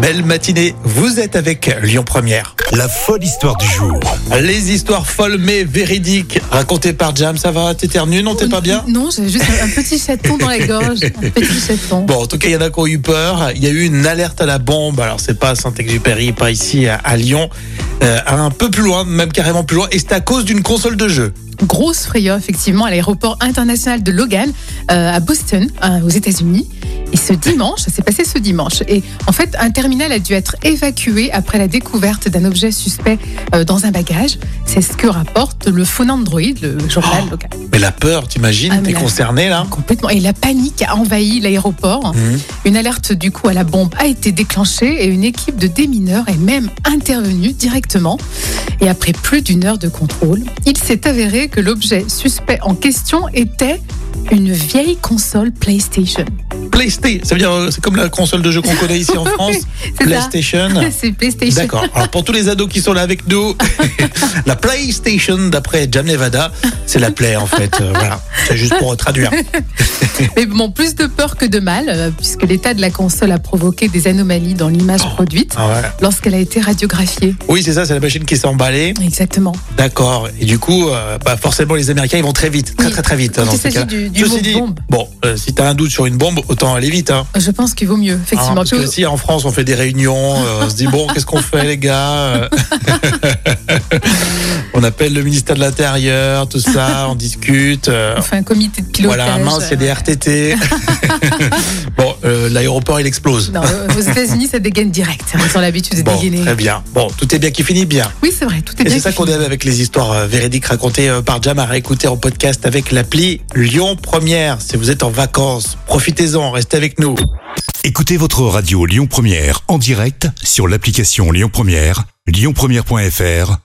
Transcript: Belle matinée, vous êtes avec Lyon Première. La folle histoire du jour. Les histoires folles mais véridiques racontées par Jam, ça va T'éternues Non, t'es pas bien Non, j'ai juste un petit chaton dans la gorge. Un petit chaton. Bon, en tout cas, il y en a qui ont eu peur. Il y a eu une alerte à la bombe. Alors, c'est pas à Saint-Exupéry, pas ici à, à Lyon, Euh, un peu plus loin, même carrément plus loin. Et c'est à cause d'une console de jeu. Grosse frayeur, effectivement, à l'aéroport international de Logan, euh, à Boston, euh, aux États-Unis. Et ce dimanche, ça s'est passé ce dimanche. Et en fait, un terminal a dû être évacué après la découverte d'un objet suspect euh, dans un bagage. C'est ce que rapporte le phone Android, le journal Oh. local. Mais la peur, t'imagines Ah, mais T'es la- concerné là Complètement. Et la panique a envahi l'aéroport. Mhm. Une alerte du coup à la bombe a été déclenchée et une équipe de démineurs est même intervenue directement. Et après plus d'une heure de contrôle, il s'est avéré que l'objet suspect en question était une vieille console PlayStation. PlayStation, ça veut dire euh, c'est comme la console de jeu qu'on connaît ici en France. C'est ça. PlayStation. C'est PlayStation. D'accord. Alors pour tous les ados qui sont là avec nous, la PlayStation d'après Jam Nevada, c'est la Play en fait. Euh, voilà. C'est juste pour traduire. Mais bon, plus de peur que de mal, euh, puisque l'état de la console a provoqué des anomalies dans l'image produite Ah ouais. lorsqu'elle a été radiographiée. Oui, c'est ça, c'est la machine qui s'est emballée. Exactement. D'accord. Et du coup, euh, bah forcément, les Américains, ils vont très vite. Très, Oui. très, très vite. hein, Quand dans il ces s'agit cas-là. du- du Ceci mot dit, bombe. bon, euh, si t'as un doute sur une bombe, autant aller vite. Hein. Je pense qu'il vaut mieux, effectivement. Hein, parce que Puis- si en France on fait des réunions, euh, on se dit bon qu'est-ce qu'on fait les gars Euh, On appelle le ministère de l'Intérieur, tout ça, on discute. euh, On fait un comité de pilotage. euh, voilà, mince, c'est des RTT. bon, euh, l'aéroport il explose. Non, euh, aux États-Unis, ça dégaine direct. hein, Ils ont l'habitude de Bon, dégainer. très bien. Bon, tout est bien qui finit bien. Oui, c'est vrai, tout est Et bien. c'est ça qu'on aime avec les histoires euh, véridiques racontées euh, par Jam à réécouter en podcast avec l'appli Lyon Première. Si vous êtes en vacances, profitez-en, restez avec nous. Écoutez votre radio Lyon Première en direct sur l'application Lyon Première, lyonpremière.fr